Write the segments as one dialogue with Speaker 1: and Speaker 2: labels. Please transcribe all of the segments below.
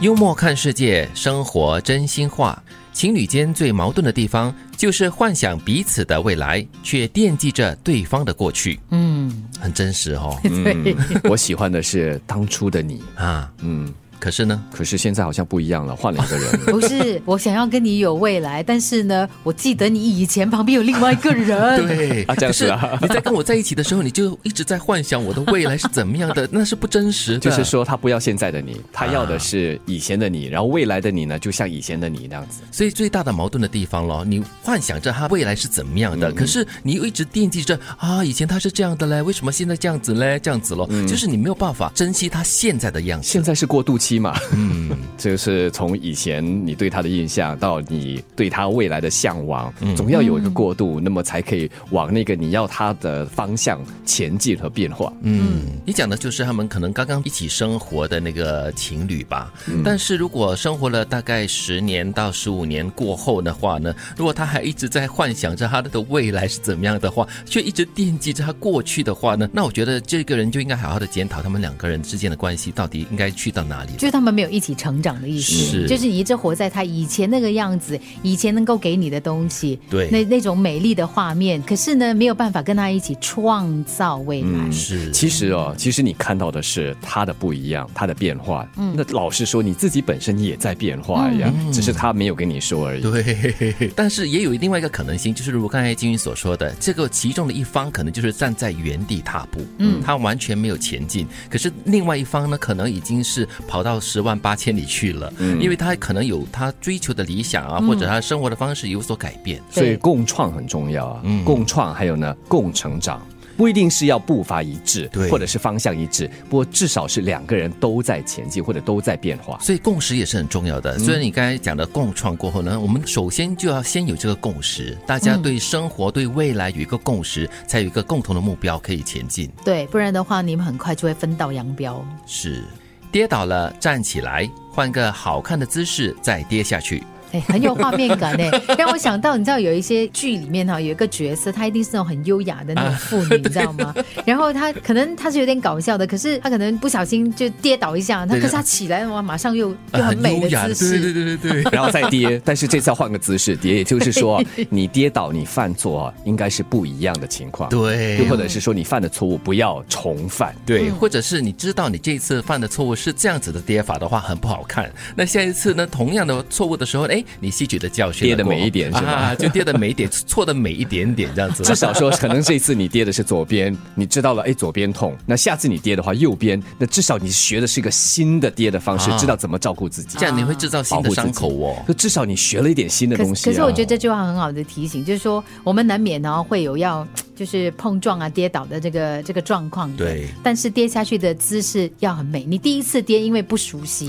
Speaker 1: 幽默看世界，生活真心话。情侣间最矛盾的地方，就是幻想彼此的未来，却惦记着对方的过去。
Speaker 2: 嗯，
Speaker 1: 很真实哦
Speaker 2: 对，。
Speaker 3: 我喜欢的是当初的你，
Speaker 1: 啊！
Speaker 3: 嗯，
Speaker 1: 可是呢，
Speaker 3: 可是现在好像不一样了，换了一个人
Speaker 2: 不是我想要跟你有未来，但是呢，我记得你以前旁边有另外一个人。
Speaker 1: 对
Speaker 3: 啊这样子啊
Speaker 1: 可是你在跟我在一起的时候，你就一直在幻想我的未来是怎么 样的，那是不真实的。
Speaker 3: 就是说，他不要现在的你，他要的是以前的你，然后未来的你呢，就像以前的你那样子。
Speaker 1: 所以最大的矛盾的地方咯，你幻想着他未来是怎么样
Speaker 3: 嗯
Speaker 1: 的，可是你又一直惦记着啊，以前他是这样的嘞，为什么现在这样子嘞？这样子咯，
Speaker 3: 嗯
Speaker 1: 就是你没有办法珍惜他现在的样子。
Speaker 3: 现在是过渡期嘛，嗯， 就是从以前你对他的印象到你对他未来的向往，总要有一个过渡，那么才可以往那个你要他的方向前进和变化。
Speaker 1: 嗯，你讲的就是他们可能刚刚一起生活的那个情侣吧。但是如果生活了大概十年到十五年过后的话呢，如果他还一直在幻想着他的未来是怎么样的话，却一直惦记着他过去的话呢，那我觉得这个人就应该好好的检讨他们两个人之间的关系到底应该去到哪里了。
Speaker 2: 就是他们没有一起成长的意思，
Speaker 1: 是
Speaker 2: 就是你一直活在他以前那个样子，以前能够给你的东西，
Speaker 1: 对
Speaker 2: 那那种美丽的画面，可是呢，没有办法跟他一起创造未来。
Speaker 1: 是
Speaker 3: 其实哦，其实你看到的是他的不一样，他的变化。嗯，那老实说，你自己本身也在变化呀，只是他没有跟你说而已。
Speaker 1: 对，但是也有另外一个可能性，就是如刚才金云所说的，这个其中的一方可能就是站在原地踏步，嗯，他完全没有前进。可是另外一方呢，可能已经是跑到十万八千里去了，因为他可能有他追求的理想啊，或者他生活的方式有所改变。
Speaker 3: 所以
Speaker 2: 对
Speaker 3: 共创很重要啊，
Speaker 1: 嗯
Speaker 3: 共创还有呢，共成长。不一定是要步伐一致，
Speaker 1: 对
Speaker 3: 或者是方向一致，不过至少是两个人都在前进，或者都在变化。
Speaker 1: 所以共识也是很重要的。虽然你刚才讲的共创过后呢，我们首先就要先有这个共识，大家对生活、对未来有一个共识，才有一个共同的目标可以前进。
Speaker 2: 对，不然的话，你们很快就会分道扬镳。
Speaker 1: 是，跌倒了站起来，换个好看的姿势再跌下去。
Speaker 2: 哎，很有画面感呢，让我想到，你知道有一些剧里面哈，有一个角色，她一定是那种很优雅的那
Speaker 1: 啊
Speaker 2: 种妇 女，你知道吗？然后她可能她是有点搞笑的，可是她可能不小心就跌倒一下，她
Speaker 1: 对啊
Speaker 2: 可是她起来哇，马上又又很美
Speaker 1: 呃优雅
Speaker 2: 姿势，
Speaker 1: 对对对对
Speaker 3: 然后再跌，但是这次要换个姿势跌，也就是说， 你跌倒你犯错啊，应该是不一样的情况。又
Speaker 1: 对
Speaker 3: 或者是说你犯的错误不要重犯。
Speaker 1: 对，或者是你知道你这一次犯的错误是这样子的跌法的话，很不好看。那下一次呢，同样的错误的时候，哎，你吸取的教训了
Speaker 3: 跌得
Speaker 1: 过后
Speaker 3: 美一点是吧
Speaker 1: 啊，就跌的美一点，错的美一点点这样 子。
Speaker 3: 至少说，可能这次你跌的是左边，你知道了，哎，左边痛。那下次你跌的话，右边，那至少你学的是一个新的跌的方式，
Speaker 1: 啊
Speaker 3: 知道怎么照顾自己，
Speaker 1: 这样你会制造新
Speaker 3: 保护
Speaker 1: 的
Speaker 3: 自己
Speaker 1: 伤口哦。
Speaker 3: 就至少你学了一点新的
Speaker 2: 可
Speaker 3: 东西、啊
Speaker 2: 是可是我觉得这句话很好的提醒，就是说我们难免呢会有要就是碰撞啊、跌倒的这个这个状况的。
Speaker 1: 对
Speaker 2: 但是跌下去的姿势要很美。你第一次跌，因为不熟 悉，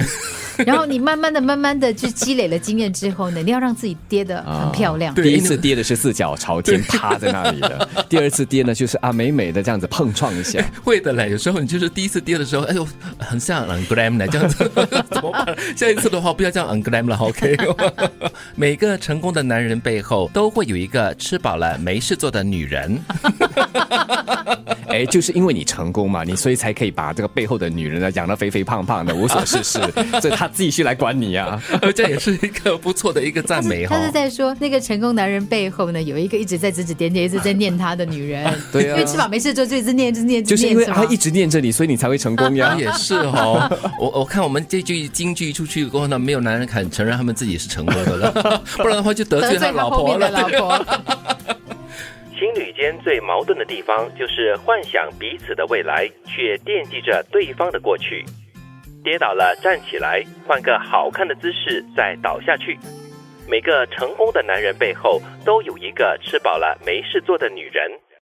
Speaker 2: 然后你慢慢的、慢慢的就积累了经验之后呢，你要让自己跌得很漂亮。
Speaker 3: 第一次跌的是四脚朝天趴在那里的，第二次跌呢就是啊美美的这样子碰撞一下，
Speaker 1: 会的嘞，有时候你就是第一次跌的时候，哎呦，很像 ungram 呢，这样子 怎么办？下一次的话不要这样 ungram 了，OK？每个成功的男人背后都会有一个吃饱了没事做的女人，
Speaker 3: 哎，就是因为你成功嘛，你所以才可以把这个背后的女人呢养得肥肥胖胖的，无 所事事，所以她继续来管你啊。
Speaker 1: 这也是一个不错的一个赞美哦哈
Speaker 3: 哦
Speaker 2: 他。是在说那个成功男人背后呢，有一个一直在指指点点、一直在念他的女人。
Speaker 3: 对
Speaker 2: 因
Speaker 3: 啊
Speaker 2: 为吃饱没事做就一直念、一直念、
Speaker 3: 就是因
Speaker 2: 念
Speaker 3: 为
Speaker 2: 是吗
Speaker 3: 她一直念着你，所以你才会成功呀
Speaker 1: 啊，。也是哦，我我看我们这句京剧出去过后呢，没有男人肯承认他们自己是成功的了， 不然的话就得
Speaker 2: 得
Speaker 1: 罪
Speaker 2: 罪
Speaker 1: 他
Speaker 2: 他
Speaker 1: 老
Speaker 2: 后
Speaker 1: 婆
Speaker 2: 面的
Speaker 1: 了。
Speaker 2: 老婆。
Speaker 1: 情侣间最矛盾的地方就是幻想彼此的未来，却惦记着对方的过去。跌倒了站起来，换个好看的姿势再倒下去。每个成功的男人背后都有一个吃饱了没事做的女人。